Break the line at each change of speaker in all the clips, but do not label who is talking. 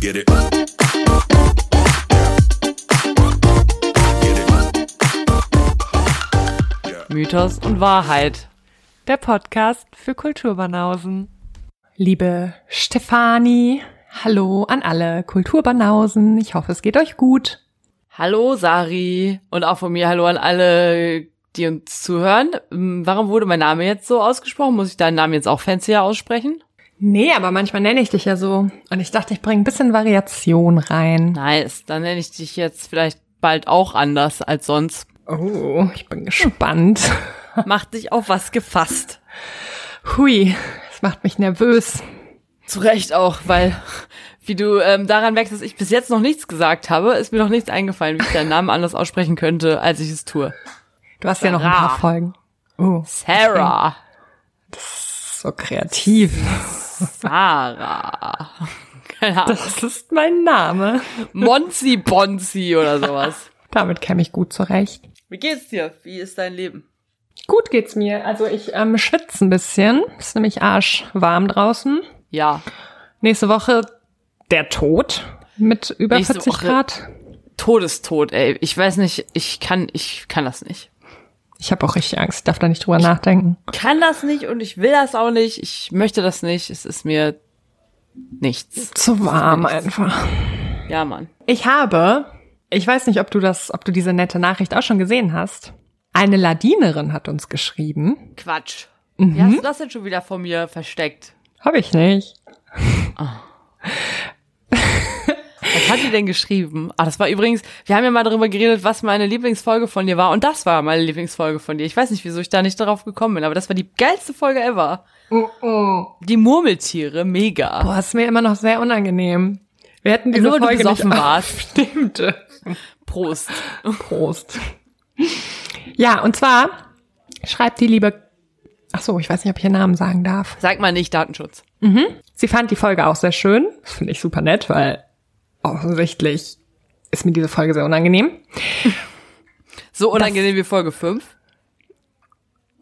Get it. Get it. Yeah.
Mythos und Wahrheit. Der Podcast für Kulturbanausen.
Liebe Stefani, hallo an alle Kulturbanausen. Ich hoffe, es geht euch gut.
Hallo Sari und auch von mir hallo an alle, die uns zuhören. Ähm, Warum wurde mein Name jetzt so ausgesprochen? Muss ich deinen Namen jetzt auch fancier aussprechen?
Nee, aber manchmal nenne ich dich ja so. Und ich dachte, ich bringe ein bisschen Variation rein.
Nice, dann nenne ich dich jetzt vielleicht bald auch anders als sonst.
Oh, ich bin gespannt.
Mach dich auf was gefasst.
Hui, das macht mich nervös.
Zu Recht auch, weil wie du ähm, daran merkst, dass ich bis jetzt noch nichts gesagt habe, ist mir noch nichts eingefallen, wie ich deinen Namen anders aussprechen könnte, als ich es tue.
Du hast ja noch ein
Sarah.
paar Folgen. Oh,
Sarah.
so kreativ.
Sarah. Keine Ahnung.
Das ist mein Name.
Monzi Bonzi oder sowas.
Damit käme ich gut zurecht.
Wie geht's dir? Wie ist dein Leben?
Gut geht's mir. Also ich ähm, schwitze ein bisschen. Ist nämlich arschwarm draußen.
Ja.
Nächste Woche der Tod mit über
Nächste
40
Woche.
Grad.
Todestod, ey. Ich weiß nicht, ich kann, ich kann das nicht.
Ich habe auch richtig Angst. Ich darf da nicht drüber nachdenken.
Kann das nicht und ich will das auch nicht. Ich möchte das nicht. Es ist mir nichts.
Zu warm einfach.
Ja, Mann.
Ich habe, ich weiß nicht, ob du das, ob du diese nette Nachricht auch schon gesehen hast. Eine Ladinerin hat uns geschrieben.
Quatsch. Mhm. Wie hast du das denn schon wieder vor mir versteckt?
Habe ich nicht.
Was hat die denn geschrieben? Ah, das war übrigens, wir haben ja mal darüber geredet, was meine Lieblingsfolge von dir war. Und das war meine Lieblingsfolge von dir. Ich weiß nicht, wieso ich da nicht darauf gekommen bin, aber das war die geilste Folge ever. Die Murmeltiere, mega.
Boah, ist mir immer noch sehr unangenehm. Wir hätten diese
Nur weil du
Also Folge
besoffen
nicht
warst.
Stimmt.
Prost.
Prost. Ja, und zwar schreibt die liebe, ach so, ich weiß nicht, ob ich ihren Namen sagen darf.
Sag mal nicht Datenschutz.
Sie fand die Folge auch sehr schön. Das finde ich super nett, weil offensichtlich ist mir diese Folge sehr unangenehm.
So unangenehm wie Folge 5.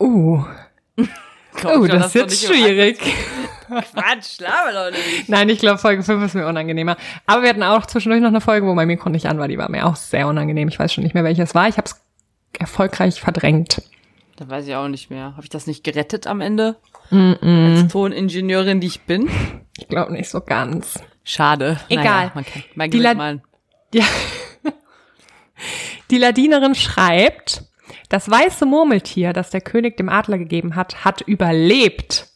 Uh,
Glaub
oh,
ich doch,
das ist
doch
jetzt
nicht im
schwierig.
Quatsch, laber doch nicht.
Nein, ich glaube, Folge 5 ist mir unangenehmer. Aber wir hatten auch zwischendurch noch eine Folge, wo mein Mikro nicht an war. Die war mir auch sehr unangenehm. Ich weiß schon nicht mehr, welche es war. Ich habe es erfolgreich verdrängt.
Da weiß ich auch nicht mehr. Habe ich das nicht gerettet am Ende? Als Toningenieurin, die ich bin?
Ich glaube nicht so ganz.
Schade. Naja,
Egal.
man kann, man
Die
gibt
La-
mal.
Ja. Die Ladinerin schreibt, das weiße Murmeltier, das der König dem Adler gegeben hat, hat überlebt.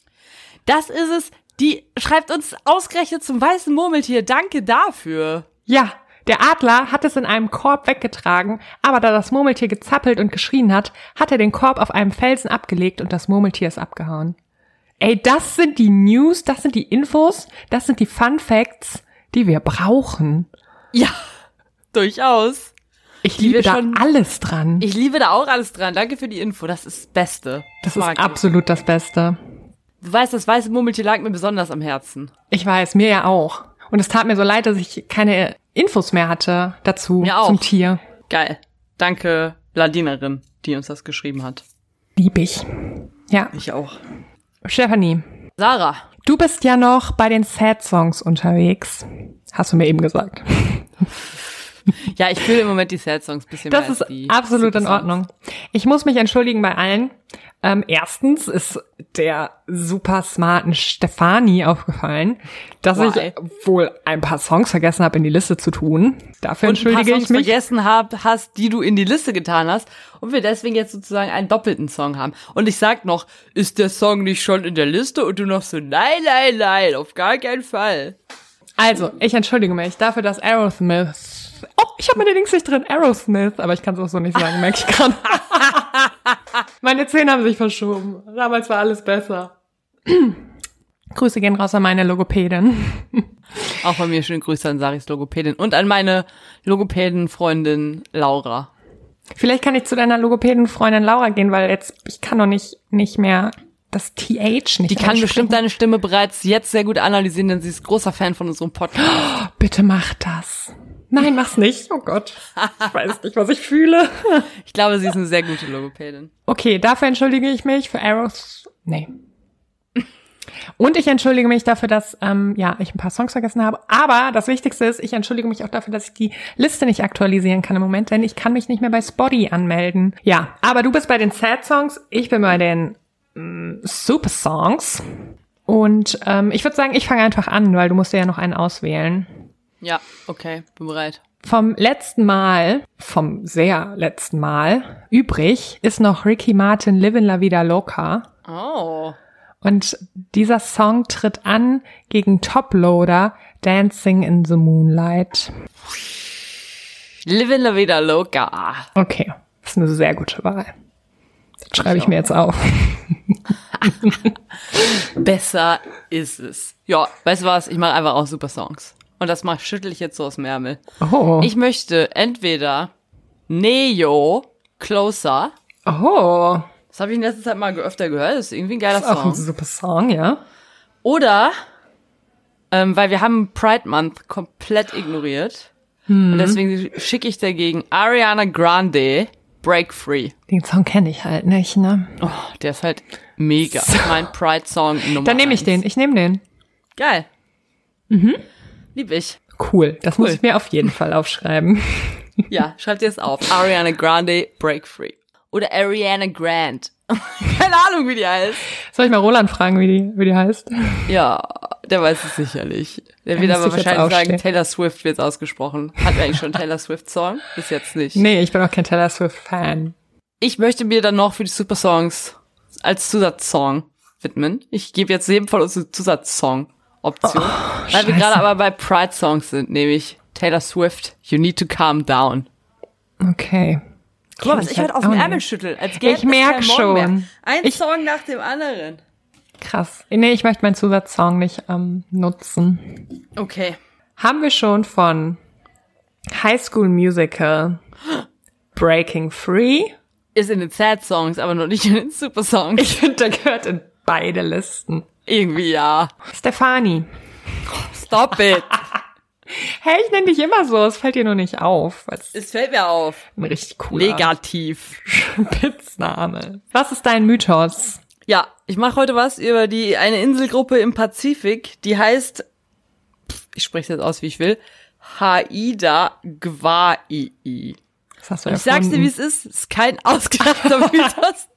Das ist es. Die schreibt uns ausgerechnet zum weißen Murmeltier. Danke dafür.
Ja, der Adler hat es in einem Korb weggetragen, aber da das Murmeltier gezappelt und geschrien hat, hat er den Korb auf einem Felsen abgelegt und das Murmeltier ist abgehauen. Ey, das sind die News, das sind die Infos, das sind die Fun Facts, die wir brauchen.
Ja, durchaus.
Ich
Die wir
liebe da
schon-
alles dran.
Ich liebe da auch alles dran. Danke für die Info. Das ist das Beste.
das
Mag
ist
ich.
absolut das Beste.
Du weißt, das weiße Murmeltier lag mir besonders am Herzen.
Ich weiß, mir ja auch. Und es tat mir so leid, dass ich keine Infos mehr hatte dazu
Mir auch.
zum Tier.
Geil. Danke, Ladinerin, die uns das geschrieben hat.
Lieb ich. Ja,
Ich auch.
Stephanie,
Sarah.
Du bist ja noch bei den Sad Songs unterwegs. Hast du mir eben gesagt.
Ja, ich fühle im Moment die Sad Songs ein bisschen
Das
mehr als
ist
die
absolut
Super
in
Songs.
Ordnung. Ich muss mich entschuldigen bei allen. Ähm, erstens ist der super smarten Stefanie aufgefallen, dass
Why?
ich wohl ein paar Songs vergessen habe, in die Liste zu tun. Dafür
Und ein paar
entschuldige
Songs
ich mich.
vergessen hab, hast, die du in die Liste getan hast und wir deswegen jetzt sozusagen einen doppelten Song haben. Und ich sag noch, ist der Song nicht schon in der Liste? Und du noch so, nein, nein, nein, auf gar keinen Fall.
Also, ich entschuldige mich dafür, dass Aerosmith. Oh, ich habe meine Links nicht drin. Aerosmith, aber ich kann es auch so nicht sagen, merke ich gerade. meine Zähne haben sich verschoben. Damals war alles besser. Grüße gehen raus an meine Logopädin.
Auch von mir schöne Grüße an Saris Logopädin und an meine Logopäden-Freundin Laura.
Vielleicht kann ich zu deiner Logopädin-Freundin Laura gehen, weil jetzt, ich kann doch nicht, nicht mehr das TH nicht
Die kann
aussprechen.
bestimmt deine Stimme bereits jetzt sehr gut analysieren, denn sie ist großer Fan von unserem Podcast.
Bitte mach das. Nein, mach's nicht. Oh Gott. Ich weiß nicht, was ich fühle.
Ich glaube, sie ist eine sehr gute Logopädin.
Okay, dafür entschuldige ich mich für Arrows. Nee. Und ich entschuldige mich dafür, dass ähm, ja ich ein paar Songs vergessen habe. Aber das Wichtigste ist, ich entschuldige mich auch dafür, dass ich die Liste nicht aktualisieren kann im Moment, denn ich kann mich nicht mehr bei Spotty anmelden. Ja, aber du bist bei den Sad Songs, ich bin bei den mm, Super Songs. Und ähm, ich würde sagen, ich fange einfach an, weil du musst dir ja noch einen auswählen.
Ja, okay, bin bereit.
Vom letzten Mal, vom sehr letzten Mal übrig, ist noch Ricky Martin Livin La Vida Loca.
Oh.
Und dieser Song tritt an gegen Toploader Dancing in the Moonlight.
Livin la vida loca.
Okay, das ist eine sehr gute Wahl. Das schreibe ich mir jetzt auf.
Besser ist es. Ja, weißt du was? Ich mache einfach auch super Songs. Und das mach, schüttel ich jetzt so aus dem Ärmel.
Oh.
Ich möchte entweder Neo Closer.
oh.
Das habe ich in letzter Zeit mal öfter gehört. Das ist irgendwie ein geiler
Das ist auch ein
Song.
super Song, ja.
Oder, ähm, weil wir haben Pride Month komplett ignoriert.
Hm.
Und deswegen schicke ich dagegen Ariana Grande Break Free.
Den Song kenne ich halt nicht, ne?
Oh, der ist halt mega. Mein Pride-Song Nummer
Dann nehme ich
eins.
den, Mhm. ich nehme den.
Geil. Lieb ich.
Cool, das muss ich mir auf jeden Fall aufschreiben.
Ja, schreibt ihr es auf. Ariana Grande, Break Free. Oder Ariana Grande. Keine Ahnung, wie die heißt.
Soll ich mal Roland fragen, wie die, wie die heißt?
Ja, der weiß es sicherlich. Der wird
müsste
aber
ich jetzt
wahrscheinlich sagen,
aufstehen.
Taylor Swift wird ausgesprochen. Hat eigentlich schon einen Taylor Swift-Song? Bis jetzt nicht.
Nee, ich bin auch kein Taylor Swift-Fan.
Ich möchte mir dann noch für die Super Songs als Zusatzsong widmen. Ich gebe jetzt jedem von uns eine Zusatzsong-Option. weil wir
Oh, scheiße.
gerade aber bei Pride-Songs sind, nämlich Taylor Swift, You Need to Calm Down.
Okay.
Guck mal, was
Ich
ich heute
halt
aus dem
auch
Ärmel
nicht.
schüttel. Als gäbe
Ich
es
merk
keinen Morgen
schon.
Mehr. Ein
Ich-
Song nach dem anderen.
Krass. Nee, ich möchte meinen Zusatzsong nicht ähm, nutzen.
Okay.
Haben wir schon von High School Musical Breaking Free?
Ist in den Sad Songs, aber noch nicht in den Super Songs.
Ich finde, der gehört in beide Listen.
Irgendwie ja.
Stefani.
Stop it.
Hey, ich nenne dich immer so. Es fällt dir nur nicht auf. Was
es fällt mir auf.
ein richtig cooler
Negativ.
Spitzname. Was ist dein Mythos?
Ja, ich mache heute was über die eine Inselgruppe im Pazifik, die heißt, pff, ich spreche jetzt aus, wie ich will, Haida Gwaii.
Das hast du
Ich sag's dir, wie es ist. Es ist kein ausgedachter Mythos.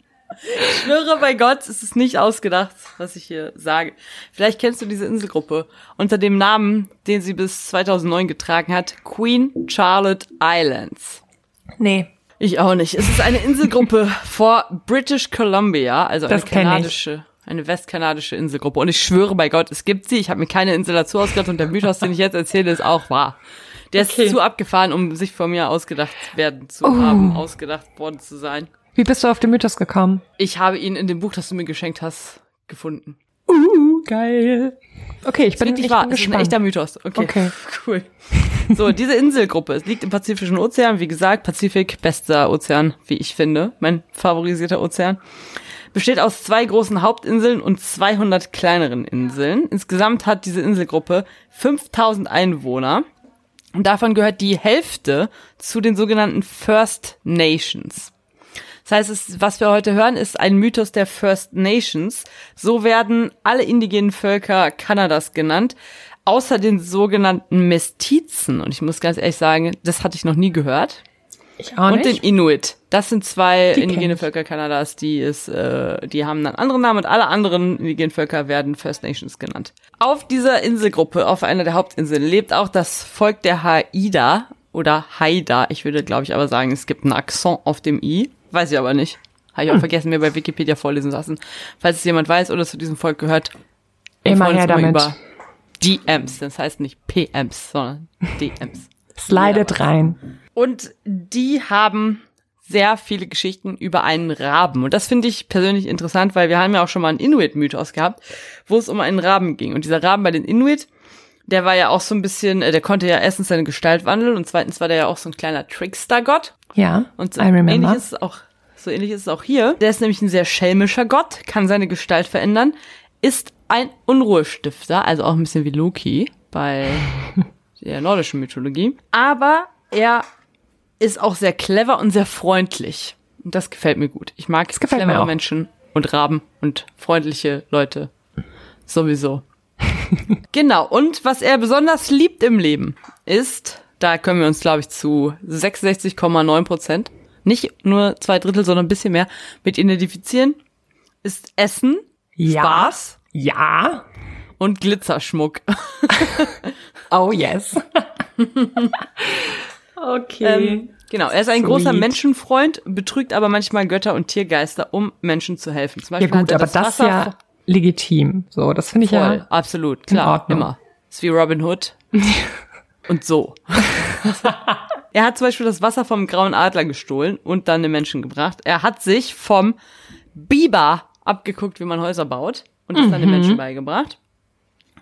Ich schwöre bei Gott, es ist nicht ausgedacht, was ich hier sage. Vielleicht kennst du diese Inselgruppe unter dem Namen, den sie bis 2009 getragen hat, Queen Charlotte Islands.
Nee.
Ich auch nicht. Es ist eine Inselgruppe vor British Columbia, also eine
Das kenn ich.
kanadische, eine westkanadische Inselgruppe. Und ich schwöre bei Gott, es gibt sie. Ich habe mir keine Insel dazu ausgedacht und der Mythos, den ich jetzt erzähle, ist auch wahr. Der
Okay. Oh.
ist zu abgefahren, um sich von mir ausgedacht werden zu haben, ausgedacht worden zu sein.
Wie bist du auf den Mythos gekommen?
Ich habe ihn in dem Buch, das du mir geschenkt hast, gefunden.
Uh, geil. Okay, ich bin,
Wirklich
ich
wahr.
bin
Es ist ein echter
gespannt.
Mythos. Okay.
Okay.
Cool. So, diese Inselgruppe, es liegt im Pazifischen Ozean, wie gesagt, Pazifik, bester Ozean, wie ich finde, mein favorisierter Ozean. Besteht aus zwei großen Hauptinseln und 200 kleineren Inseln. Insgesamt hat diese Inselgruppe 5000 Einwohner. Und davon gehört die Hälfte zu den sogenannten First Nations. Das heißt, es, was wir heute hören, ist ein Mythos der First Nations. So werden alle indigenen Völker Kanadas genannt, außer den sogenannten Mestizen. Und ich muss ganz ehrlich sagen, das hatte ich noch nie gehört.
Ich auch
Und den
nicht.
Inuit. Das sind zwei
Die kenn
indigene
ich.
Völker Kanadas, die ist, äh, die haben einen anderen Namen und alle anderen indigenen Völker werden First Nations genannt. Auf dieser Inselgruppe, auf einer der Hauptinseln, lebt auch das Volk der Haida oder Haida. Ich würde, glaube ich, aber sagen, es gibt einen Akzent auf dem I. Weiß ich aber nicht. Habe ich auch vergessen, mir bei Wikipedia vorlesen zu lassen. Falls es jemand weiß oder zu diesem Volk gehört, wir
Immer
freuen uns
her damit.
Über DMs, das heißt nicht PMs, sondern DMs.
Slidet rein.
Und die haben sehr viele Geschichten über einen Raben. Und das finde ich persönlich interessant, weil wir haben ja auch schon mal einen Inuit-Mythos gehabt, wo es um einen Raben ging. Und dieser Raben bei den Inuit, der war ja auch so ein bisschen, äh, der konnte ja erstens seine Gestalt wandeln und zweitens war der ja auch so ein kleiner Trickster-Gott.
Ja,
Und so
I
ähnlich
remember.
ist es auch, so ähnlich ist es auch hier. Der ist nämlich ein sehr schelmischer Gott, kann seine Gestalt verändern, ist ein Unruhestifter, also auch ein bisschen wie Loki bei der nordischen Mythologie. Aber er ist auch sehr clever und sehr freundlich. Und das gefällt mir gut. Ich mag
gefällt mir
clevere
auch.
Menschen und Raben und freundliche Leute. Sowieso. genau. Und was er besonders liebt im Leben ist, da können wir uns, glaube ich, zu 66,9 Prozent, nicht nur zwei Drittel, sondern ein bisschen mehr, mit identifizieren, ist Essen,
Ja.
Spaß
Ja.
und Glitzerschmuck.
Oh yes. okay.
Ähm, genau, er ist ein
Sweet.
großer Menschenfreund, betrügt aber manchmal Götter und Tiergeister, um Menschen zu helfen. Zum
ja
Beispiel hat
gut,
er
aber das, ist
Wasser
ja legitim. So, das finde ich
voll.
ja.
Absolut,
In
klar,
Ordnung.
immer. Ist wie Robin Hood. und so. er hat zum Beispiel das Wasser vom grauen Adler gestohlen und dann den Menschen gebracht. Er hat sich vom Biber abgeguckt, wie man Häuser baut und das dann
Mhm.
den Menschen beigebracht.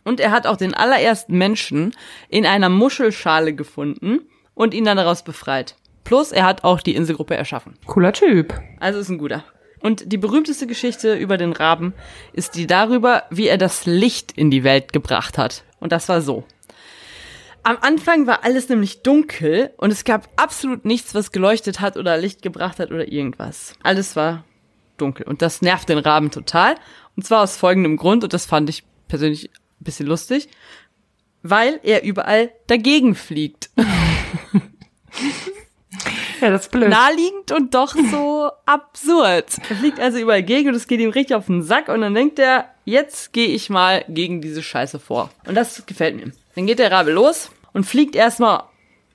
Und er hat auch den allerersten Menschen in einer Muschelschale gefunden und ihn dann daraus befreit. Plus, er hat auch die Inselgruppe erschaffen.
Cooler Typ.
Also ist ein guter. Und die berühmteste Geschichte über den Raben ist die darüber, wie er das Licht in die Welt gebracht hat. Und das war so. Am Anfang war alles nämlich dunkel und es gab absolut nichts, was geleuchtet hat oder Licht gebracht hat oder irgendwas. Alles war dunkel und das nervt den Raben total. Und zwar aus folgendem Grund, und das fand ich persönlich ein bisschen lustig, weil er überall dagegen fliegt.
Ja, das ist blöd.
naheliegend und doch so absurd. Er fliegt also überall gegen und es geht ihm richtig auf den Sack und dann denkt er, jetzt gehe ich mal gegen diese Scheiße vor. Und das gefällt mir. Dann geht der Rabe los und fliegt erstmal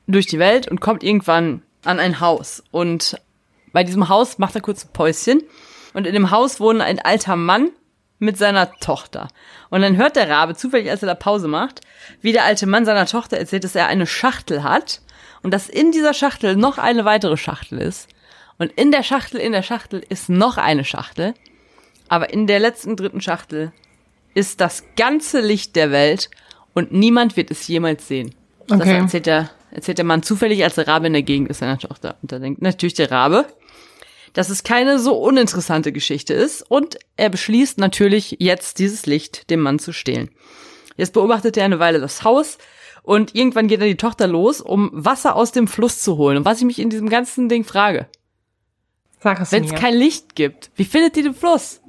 durch die Welt und kommt irgendwann an ein Haus. Und bei diesem Haus macht er kurz ein Päuschen. Und in dem Haus wohnen ein alter Mann mit seiner Tochter. Und dann hört der Rabe zufällig, als er da Pause macht, wie der alte Mann seiner Tochter erzählt, dass er eine Schachtel hat und dass in dieser Schachtel noch eine weitere Schachtel ist. Und in der Schachtel, in der Schachtel ist noch eine Schachtel. Aber in der letzten dritten Schachtel ist das ganze Licht der Welt und niemand wird es jemals sehen. Das
Okay.
erzählt der, erzählt der Mann zufällig, als der Rabe in der Gegend ist seiner Tochter. Und da denkt natürlich der Rabe, dass es keine so uninteressante Geschichte ist und er beschließt natürlich jetzt dieses Licht dem Mann zu stehlen. Jetzt beobachtet er eine Weile das Haus und irgendwann geht dann die Tochter los, um Wasser aus dem Fluss zu holen. Und was ich mich in diesem ganzen Ding frage,
Sag es
wenn es
mir.
kein Licht gibt, wie findet die den Fluss?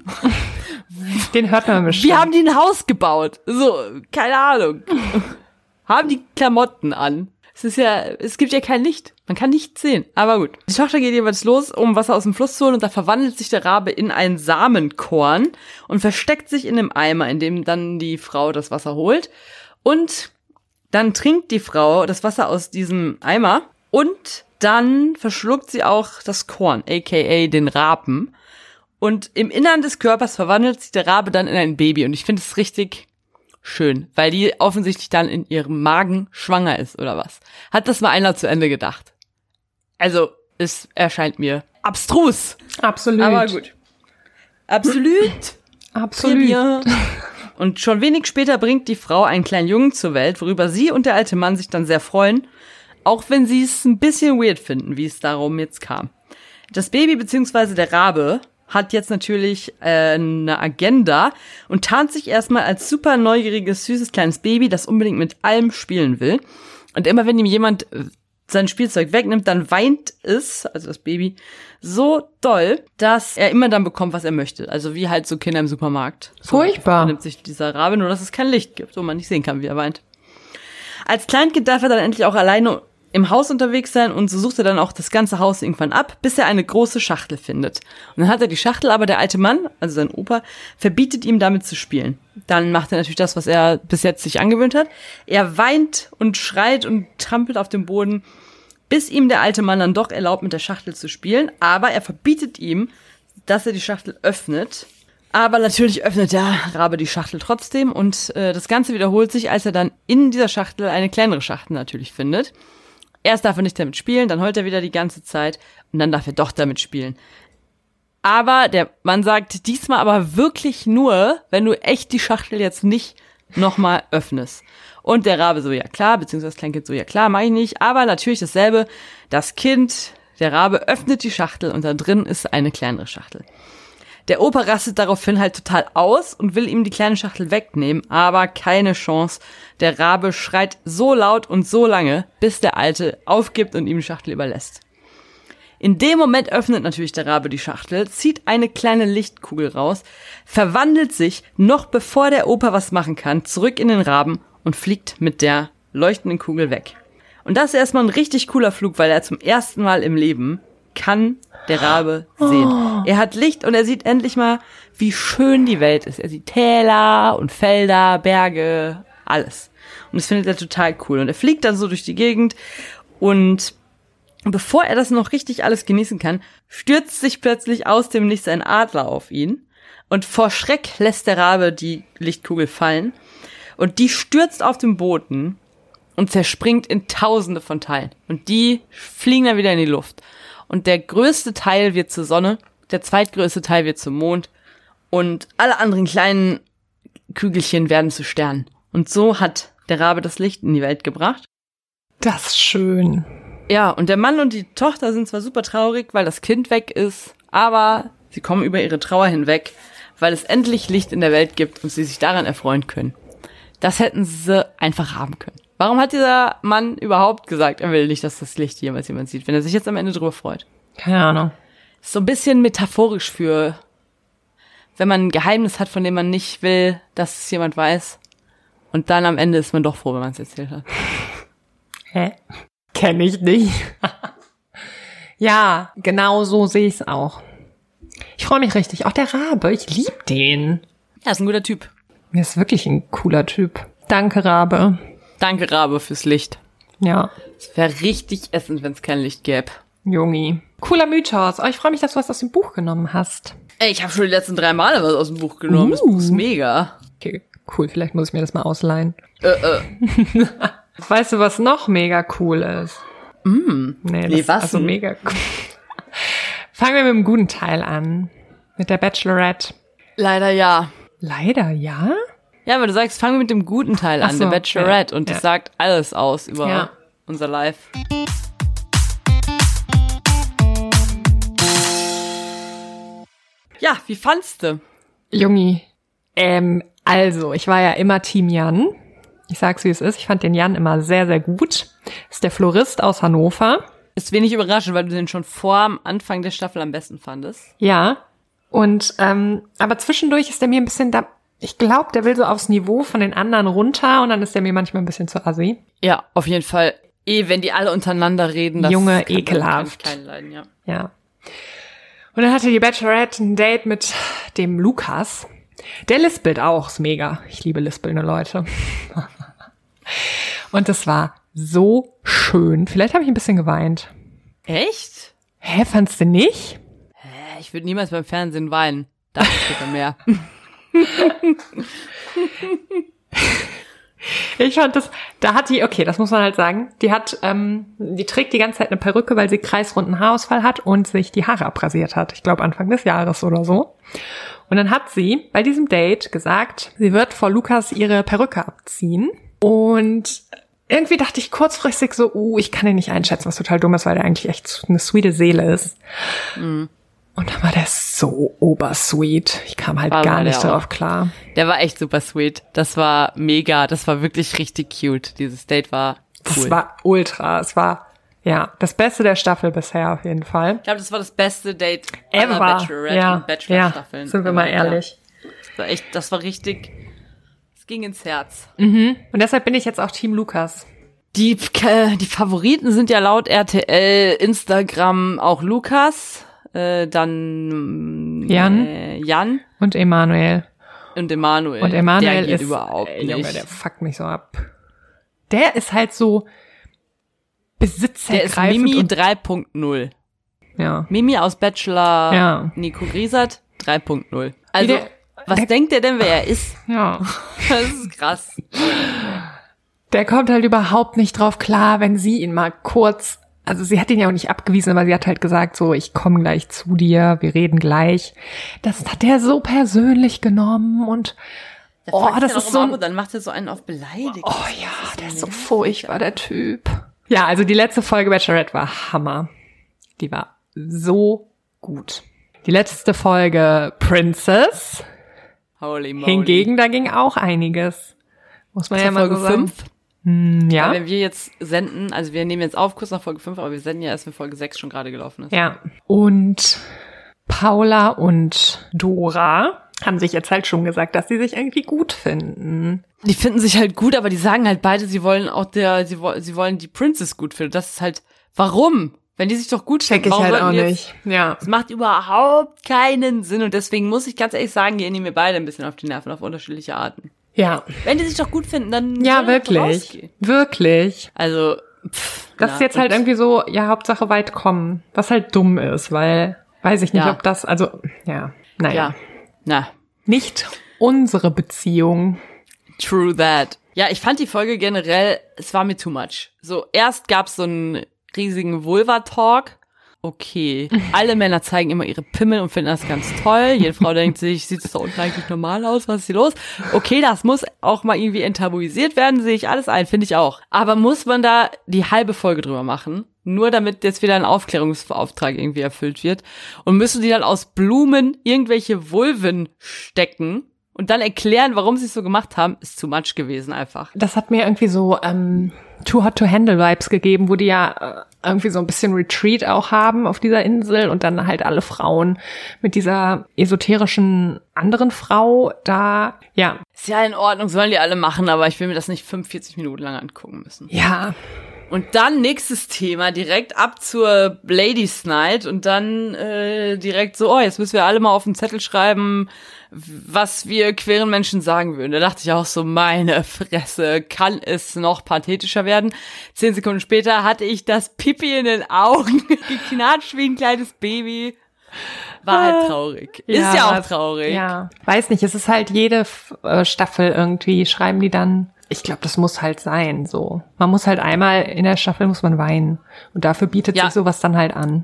Den hört man bestimmt.
Wie haben die ein Haus gebaut? So, keine Ahnung. haben die Klamotten an? Es ist ja, es gibt ja kein Licht. Man kann nichts sehen. Aber gut. Die Tochter geht jeweils los, um Wasser aus dem Fluss zu holen und da verwandelt sich der Rabe in ein Samenkorn und versteckt sich in dem Eimer, in dem dann die Frau das Wasser holt. Und dann trinkt die Frau das Wasser aus diesem Eimer und dann verschluckt sie auch das Korn, aka den Rapen. Und im Innern des Körpers verwandelt sich der Rabe dann in ein Baby. Und ich finde es richtig schön, weil die offensichtlich dann in ihrem Magen schwanger ist oder was. Hat das mal einer zu Ende gedacht? Also, es erscheint mir abstrus.
Absolut.
Aber gut. Absolut.
Absolut.
Und schon wenig später bringt die Frau einen kleinen Jungen zur Welt, worüber sie und der alte Mann sich dann sehr freuen, auch wenn sie es ein bisschen weird finden, wie es darum jetzt kam. Das Baby bzw. der Rabe hat jetzt natürlich äh, eine Agenda und tarnt sich erstmal als super neugieriges, süßes kleines Baby, das unbedingt mit allem spielen will. Und immer wenn ihm jemand äh, sein Spielzeug wegnimmt, dann weint es, also das Baby, so doll, dass er immer dann bekommt, was er möchte. Also wie halt so Kinder im Supermarkt. So
Furchtbar.
nimmt sich dieser Rabe, nur dass es kein Licht gibt und man nicht sehen kann, wie er weint. Als Kleinkind darf er dann endlich auch alleine im Haus unterwegs sein und so sucht er dann auch das ganze Haus irgendwann ab, bis er eine große Schachtel findet. Und dann hat er die Schachtel, aber der alte Mann, also sein Opa, verbietet ihm damit zu spielen. Dann macht er natürlich das, was er bis jetzt sich angewöhnt hat. Er weint und schreit und trampelt auf dem Boden, bis ihm der alte Mann dann doch erlaubt, mit der Schachtel zu spielen, aber er verbietet ihm, dass er die Schachtel öffnet. Aber natürlich öffnet der Rabe die Schachtel trotzdem und äh, das Ganze wiederholt sich, als er dann in dieser Schachtel eine kleinere Schachtel natürlich findet. Erst darf er nicht damit spielen, dann heult er wieder die ganze Zeit und dann darf er doch damit spielen. Aber der Mann sagt, diesmal aber wirklich nur, wenn du echt die Schachtel jetzt nicht nochmal öffnest. Und der Rabe so, ja klar, beziehungsweise das Kleinkind so, ja klar, mach ich nicht. Aber natürlich dasselbe, das Kind, der Rabe öffnet die Schachtel und da drin ist eine kleinere Schachtel. Der Opa rastet daraufhin halt total aus und will ihm die kleine Schachtel wegnehmen, aber keine Chance. Der Rabe schreit so laut und so lange, bis der Alte aufgibt und ihm die Schachtel überlässt. In dem Moment öffnet natürlich der Rabe die Schachtel, zieht eine kleine Lichtkugel raus, verwandelt sich, noch bevor der Opa was machen kann, zurück in den Raben und fliegt mit der leuchtenden Kugel weg. Und das ist erstmal ein richtig cooler Flug, weil er zum ersten Mal im Leben kann der Rabe sehen. Er hat Licht und er sieht endlich mal, wie schön die Welt ist. Er sieht Täler und Felder, Berge, alles. Und das findet er total cool. Und er fliegt dann so durch die Gegend und bevor er das noch richtig alles genießen kann, stürzt sich plötzlich aus dem Nichts ein Adler auf ihn. Und vor Schreck lässt der Rabe die Lichtkugel fallen. Und die stürzt auf den Boden und zerspringt in tausende von Teilen. Und die fliegen dann wieder in die Luft. Und der größte Teil wird zur Sonne, der zweitgrößte Teil wird zum Mond und alle anderen kleinen Kügelchen werden zu Sternen. Und so hat der Rabe das Licht in die Welt gebracht.
Das ist schön.
Ja, und der Mann und die Tochter sind zwar super traurig, weil das Kind weg ist, aber sie kommen über ihre Trauer hinweg, weil es endlich Licht in der Welt gibt und sie sich daran erfreuen können. Das hätten sie einfach haben können. Warum hat dieser Mann überhaupt gesagt, er will nicht, dass das Licht jemals jemand sieht, wenn er sich jetzt am Ende drüber freut?
Keine Ahnung.
Ist so ein bisschen metaphorisch für, wenn man ein Geheimnis hat, von dem man nicht will, dass es jemand weiß. Und dann am Ende ist man doch froh, wenn man es erzählt hat.
Hä? Kenne ich nicht. ja, genau so sehe ich es auch. Ich freue mich richtig. Auch der Rabe, ich liebe den.
Ja, ist ein guter Typ.
Er ist wirklich ein cooler Typ. Danke, Rabe.
Danke, Rabe, fürs Licht.
Ja,
Es wäre richtig essend, wenn es kein Licht gäbe.
Jungi. Cooler Mythos. Oh, ich freue mich, dass du was aus dem Buch genommen hast.
Ey, ich habe schon die letzten drei Male was aus dem Buch genommen. Das Buch ist mega.
Okay, cool. Vielleicht muss ich mir das mal ausleihen.
Äh, äh.
Weißt du, was noch mega cool ist? Mm. Nee, das
Nee,
ist
was
also
denn?
mega cool. Fangen wir mit dem guten Teil an. Mit der Bachelorette.
Leider ja.
Leider ja?
Ja, aber du sagst, fangen wir mit dem guten Teil
Ach
an,
so,
der Bachelorette.
ja,
Und das
ja.
sagt alles aus über
Ja.
unser Life. Ja, wie fandst du?
Jungi. Ähm, also, ich war ja immer Team Jan. Ich sag's, wie es ist. Ich fand den Jan immer sehr, sehr gut. Ist der Florist aus Hannover.
Ist wenig überraschend, weil du den schon vor am Anfang der Staffel am besten fandest.
Ja. Und ähm, aber zwischendurch ist er mir ein bisschen da. Ich glaube, der will so aufs Niveau von den anderen runter und dann ist er mir manchmal ein bisschen zu assi.
Ja, auf jeden Fall. Eh, wenn die alle untereinander reden, das
Junge,
kann-
ekelhaft.
Kann ich keinen leiden, ja.
Ja. Und dann hatte die Bachelorette ein Date mit dem Lukas. Der lispelt auch, ist mega. Ich liebe lispelnde Leute. Und das war so schön. Vielleicht habe ich ein bisschen geweint.
Echt?
Hä, fandst du nicht?
Äh, Ich würde niemals beim Fernsehen weinen. Da später mehr.
Ich fand das, da hat die, okay, das muss man halt sagen, die hat, ähm, die trägt die ganze Zeit eine Perücke, weil sie kreisrunden Haarausfall hat und sich die Haare abrasiert hat. Ich glaube Anfang des Jahres oder so. Und dann hat sie bei diesem Date gesagt, sie wird vor Lukas ihre Perücke abziehen. Und irgendwie dachte ich kurzfristig so, uh, ich kann ihn nicht einschätzen, was total dumm ist, weil der eigentlich echt eine sweete Seele ist.
Mhm.
Und dann war der so obersweet. Ich kam halt
War-
gar
war
nicht
der auch.
drauf klar.
Der war echt super sweet. Das war mega. Das war wirklich richtig cute. Dieses Date war
Das
cool.
war ultra. Es war ja das Beste der Staffel bisher auf jeden Fall.
ich glaube, das war das beste Date aller
Ever.
Bachelorette
ja,
und Bachelor-Staffeln.
ja, sind wir mal
Ja.
ehrlich.
Das war echt, das war richtig. Es ging ins Herz.
Und deshalb bin ich jetzt auch Team Lukas.
Die, äh, die Favoriten sind ja laut RTL, Instagram auch Lukas, äh, dann äh,
Jan
Jan
und Emanuel.
und Emanuel.
Und Emanuel
Äh, der geht
ist
überhaupt
ey,
nicht.
Junge, der fuckt mich so ab. Der ist halt so
der ist
besitzergreifend.
Mimi
und,
3.0.
ja.
Mimi aus Bachelor
Ja.
Nico Griesert 3.0. Also,
der-
was denkt er denn, wer er ist?
ja.
Das ist krass.
Der kommt halt überhaupt nicht drauf klar, wenn sie ihn mal kurz, also sie hat ihn ja auch nicht abgewiesen, aber sie hat halt gesagt, so, ich komme gleich zu dir, wir reden gleich. Das hat der so persönlich genommen und,
Der
oh,
fragt
das
ja noch
ist
im
so
Abo,
ein,
dann macht er so einen auf beleidigt.
oh ja, der ist so furchtbar, der Typ. Ja, also die letzte Folge Bachelorette war Hammer. Die war so gut. Die letzte Folge Princess.
Holy moly.
Hingegen, da ging auch einiges. Muss man
Das
ja
war
mal
Folge
so sagen.
5.
Hm, ja.
Wenn wir jetzt senden, also wir nehmen jetzt auf, kurz nach Folge 5, aber wir senden ja erst, wenn Folge 6 schon gerade gelaufen ist.
Ja. Und Paula und Dora haben sich jetzt halt schon gesagt, dass sie sich irgendwie gut finden.
Die finden sich halt gut, aber die sagen halt beide, sie wollen auch der, sie, wo- sie wollen die Princess gut finden. Das ist halt, warum? Wenn die sich doch gut
Check
finden,
ich
warum
halt
sollten
auch
die jetzt-
nicht. Ja.
Es macht überhaupt keinen Sinn und deswegen muss ich ganz ehrlich sagen, gehen die mir beide ein bisschen auf die Nerven auf unterschiedliche Arten.
Ja.
Wenn die sich doch gut finden, dann sollen die
Ja,
doch
wirklich.
rausgehen.
Wirklich.
Also pff,
Das
ja,
ist jetzt halt
und-
irgendwie so, ja, Hauptsache weit kommen. Was halt dumm ist, weil weiß ich nicht,
Ja.
ob das, also, ja, naja.
ja. Na,
Nicht unsere Beziehung.
True that. Ja, ich fand die Folge generell, es war mir too much. So, erst gab's so einen riesigen Vulva-Talk. Okay, alle Männer zeigen immer ihre Pimmel und finden das ganz toll. Jede Frau denkt sich, sieht es da unten eigentlich normal aus? Was ist hier los? Okay, das muss auch mal irgendwie enttabuisiert werden, sehe ich alles ein, finde ich auch. Aber muss man da die halbe Folge drüber machen? Nur damit jetzt wieder ein Aufklärungsauftrag irgendwie erfüllt wird. Und müssen die dann aus Blumen irgendwelche Vulven stecken und dann erklären, warum sie es so gemacht haben, ist too much gewesen einfach.
Das hat mir irgendwie so ähm, Too Hot to Handle Vibes gegeben, wo die ja äh, irgendwie so ein bisschen Retreat auch haben auf dieser Insel und dann halt alle Frauen mit dieser esoterischen anderen Frau da. Ja,
Ist ja in Ordnung, sollen die alle machen, aber ich will mir das nicht 45 Minuten lang angucken müssen.
ja,
Und dann nächstes Thema, direkt ab zur Ladies Night und dann äh, direkt so, oh, jetzt müssen wir alle mal auf den Zettel schreiben, was wir queeren Menschen sagen würden. Da dachte ich auch so, meine Fresse, kann es noch pathetischer werden? Zehn Sekunden später hatte ich das Pipi in den Augen, geknatscht wie ein kleines Baby. War halt traurig. Ist ja auch traurig.
Ah, Ja, weiß nicht, es ist halt jede F- äh, Staffel irgendwie, schreiben die dann. Ich glaube, das muss halt sein, so. Man muss halt einmal in der Staffel muss man weinen. Und dafür bietet
Ja.
sich sowas dann halt an.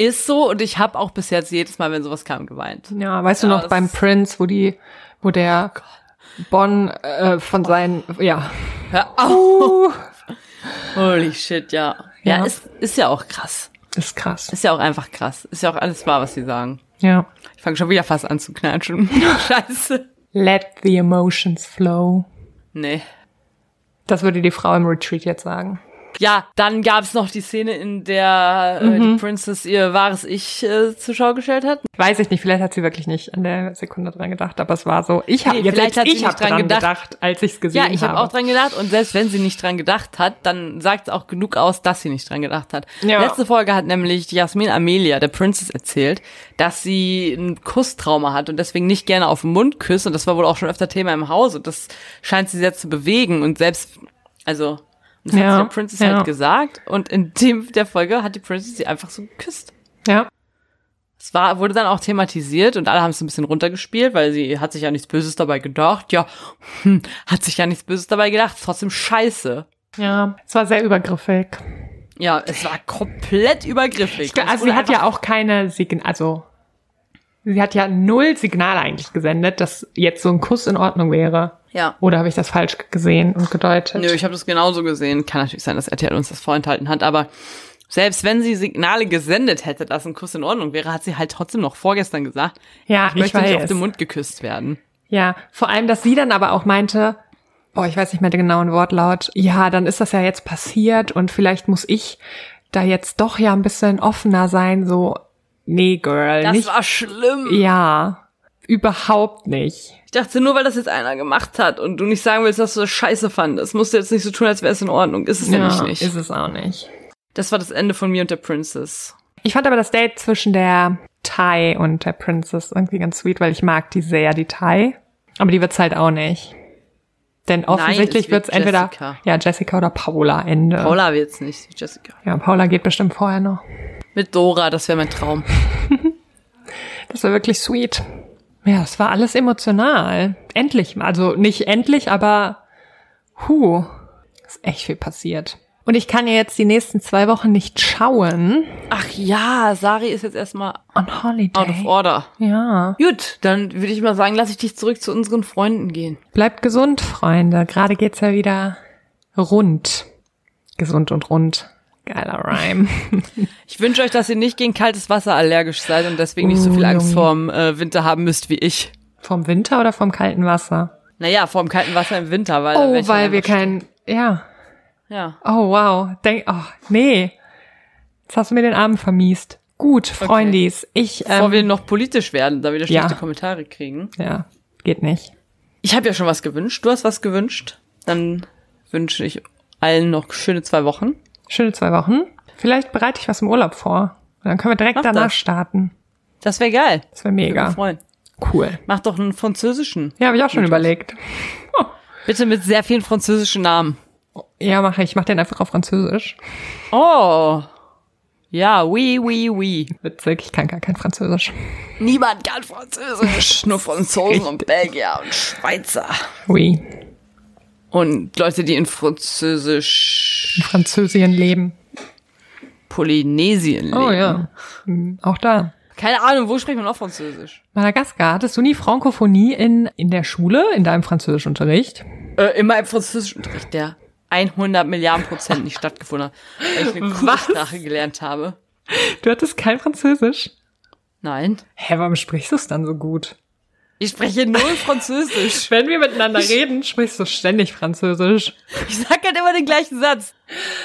Ist so und ich habe auch bis jetzt jedes Mal, wenn sowas kam, geweint.
Ja, weißt
Ja,
du noch
das Oh
beim
ist-
Prince, wo die, wo der Bon äh, von
Oh.
seinen, ja.
Hör auf. Oh. Holy shit, ja. Ja,
Ja.
Ist, ist ja auch krass.
Ist krass.
Ist ja auch einfach krass. Ist ja auch alles wahr, was sie sagen.
Ja.
Ich fange schon wieder fast an zu knatschen. Scheiße.
Let the emotions flow.
Nee.
Das würde die Frau im Retreat jetzt sagen.
Ja, dann gab's noch die Szene, in der äh, die Princess ihr wahres Ich äh, zur Schau gestellt hat.
Weiß ich nicht, vielleicht hat sie wirklich nicht an der Sekunde dran gedacht, aber es war so. Ich habe
Nee,
jetzt
vielleicht
selbst
hat sie
ich hab
nicht dran
dran gedacht,
gedacht.
als ich es gesehen
Ja,
habe.
ich habe auch dran gedacht und selbst wenn sie nicht dran gedacht hat, dann sagt es auch genug aus, dass sie nicht dran gedacht hat.
Ja.
Letzte Folge hat nämlich Jasmin Amelia, der Princess, erzählt, dass sie ein Kusstrauma hat und deswegen nicht gerne auf den Mund küsst und das war wohl auch schon öfter Thema im Haus und das scheint sie sehr zu bewegen und selbst, also, das
Ja,
hat sie der Princess
ja.
halt gesagt und in dem, der Folge hat die Princess sie einfach so geküsst.
Ja.
Es war, wurde dann auch thematisiert und alle haben es ein bisschen runtergespielt, weil sie hat sich ja nichts Böses dabei gedacht. Ja, hm, hat sich ja nichts Böses dabei gedacht. Ist Trotzdem scheiße.
Ja, es war sehr übergriffig.
Ja, es war komplett übergriffig. Und es
Also
wurde
sie hat
einfach-
ja auch keine Signale, also sie hat ja null Signale eigentlich gesendet, dass jetzt so ein Kuss in Ordnung wäre.
Ja.
Oder habe ich das falsch gesehen und gedeutet?
Nö, ich habe das genauso gesehen. Kann natürlich sein, dass RTL uns das vorenthalten hat, aber selbst wenn sie Signale gesendet hätte, dass ein Kuss in Ordnung wäre, hat sie halt trotzdem noch vorgestern gesagt,
ja,
ich
ich,
möchte
weiß.
nicht auf den Mund geküsst werden.
Ja, vor allem, dass sie dann aber auch meinte, boah, ich weiß nicht mehr den genauen Wortlaut, ja, dann ist das ja jetzt passiert und vielleicht muss ich da jetzt doch ja ein bisschen offener sein, so, nee, Girl,
Das
nicht.
war schlimm.
ja, überhaupt nicht.
Ich dachte nur, weil das jetzt einer gemacht hat und du nicht sagen willst, dass du das scheiße fandest, musst du jetzt nicht so tun, als wäre es in Ordnung. Ist es nämlich nicht.
ist es auch nicht.
Das war das Ende von mir und der Princess.
Ich fand aber das Date zwischen der Thai und der Princess irgendwie ganz sweet, weil ich mag die sehr, die Thai. Aber die wird's halt auch nicht. Denn offensichtlich
es wird
wird's entweder
Jessica.
ja Jessica oder Paula Ende.
Paula wird's nicht, Jessica.
Ja, Paula geht bestimmt vorher noch.
Mit Dora, das wäre mein Traum.
Das war wirklich sweet. Ja, es war alles emotional. Endlich, mal. also nicht endlich, aber hu, ist echt viel passiert. Und ich kann ja jetzt die nächsten zwei Wochen nicht schauen.
Ach ja, Sari ist jetzt erstmal
On Holiday.
out of order.
Ja.
Gut, dann würde ich mal sagen, lass ich dich zurück zu unseren Freunden gehen.
Bleibt gesund, Freunde. Gerade geht's ja wieder rund. Gesund und rund. Geiler Rhyme.
Ich wünsche euch, dass ihr nicht gegen kaltes Wasser allergisch seid und deswegen nicht so
Oh,
viel Angst vorm äh, Winter haben müsst wie ich.
Vom Winter oder vom kalten Wasser?
Naja, vorm kalten Wasser im Winter, weil dann wär
Oh,
ich dann
weil wir
einfach-
kein, ja.
Ja.
Oh, wow. Denk, oh, nee. Jetzt hast du mir den Abend vermiest. Gut, Freundis. Ich,
Bevor
ähm,
wir noch politisch werden, da wieder
ja.
schlechte Kommentare kriegen.
ja, geht nicht.
Ich habe ja schon was gewünscht. Du hast was gewünscht. Dann wünsche ich allen noch schöne zwei Wochen.
Schöne zwei Wochen. Vielleicht bereite ich was im Urlaub vor. Und dann können wir direkt
Mach
danach
das.
starten.
Das wäre geil.
Das wäre mega.
Würde mich freuen.
Cool.
Mach doch einen französischen.
Ja, habe ich auch schon überlegt.
Bitte mit sehr vielen französischen Namen.
Ja, mache ich. Ich mache den einfach auf Französisch.
Oh. Ja, oui, oui, oui.
Witzig, ich kann gar kein Französisch.
Niemand kann Französisch. Nur Franzosen und Belgier und Schweizer.
Oui.
Und Leute, die in Französisch
In Französien leben.
Polynesien leben.
Oh ja. Mhm, Auch da.
Keine Ahnung, wo spricht man auch Französisch?
Madagaskar, hattest du nie Frankophonie in, in der Schule, in deinem Französischunterricht?
Äh, immer im Französischunterricht, der 100 Milliarden Prozent nicht stattgefunden hat, weil ich eine Kursprache gelernt habe.
Du hattest kein Französisch?
Nein.
Hä, warum sprichst du es dann so gut?
Ich spreche null Französisch.
Wenn wir miteinander reden, sprichst du ständig Französisch.
Ich sage halt immer den gleichen Satz.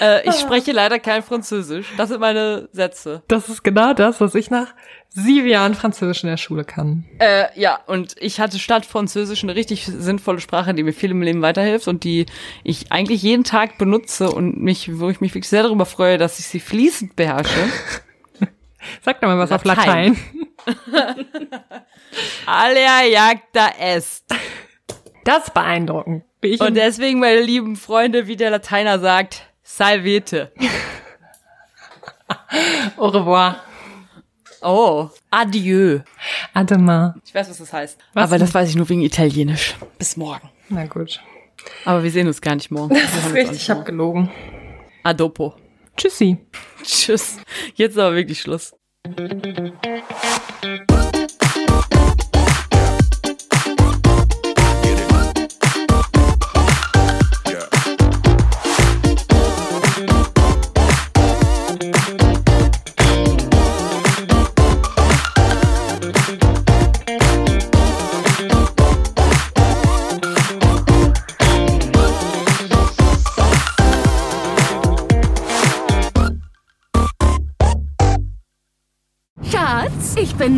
Äh, ich spreche leider kein Französisch. Das sind meine Sätze.
Das ist genau das, was ich nach sieben Jahren Französisch in der Schule kann.
Äh, ja, und ich hatte statt Französisch eine richtig sinnvolle Sprache, die mir viel im Leben weiterhilft und die ich eigentlich jeden Tag benutze und mich, wo ich mich wirklich sehr darüber freue, dass ich sie fließend beherrsche.
Sag doch mal was auf
Latein.
Latein.
Alea jagda est.
Das ist beeindruckend. Wie ich
Und
in-
deswegen, meine lieben Freunde, wie der Lateiner sagt, salvete.
au revoir.
Oh, adieu.
À Ah, demain.
Ich weiß, was das heißt.
Was
Aber das weiß ich nur wegen Italienisch. Bis morgen.
Na gut.
Aber wir sehen uns gar nicht morgen. Das
ich habe gelogen.
Adopo.
Tschüssi.
Tschüss. Jetzt aber wirklich Schluss.
Get it up. Yeah.
Schatz, ich bin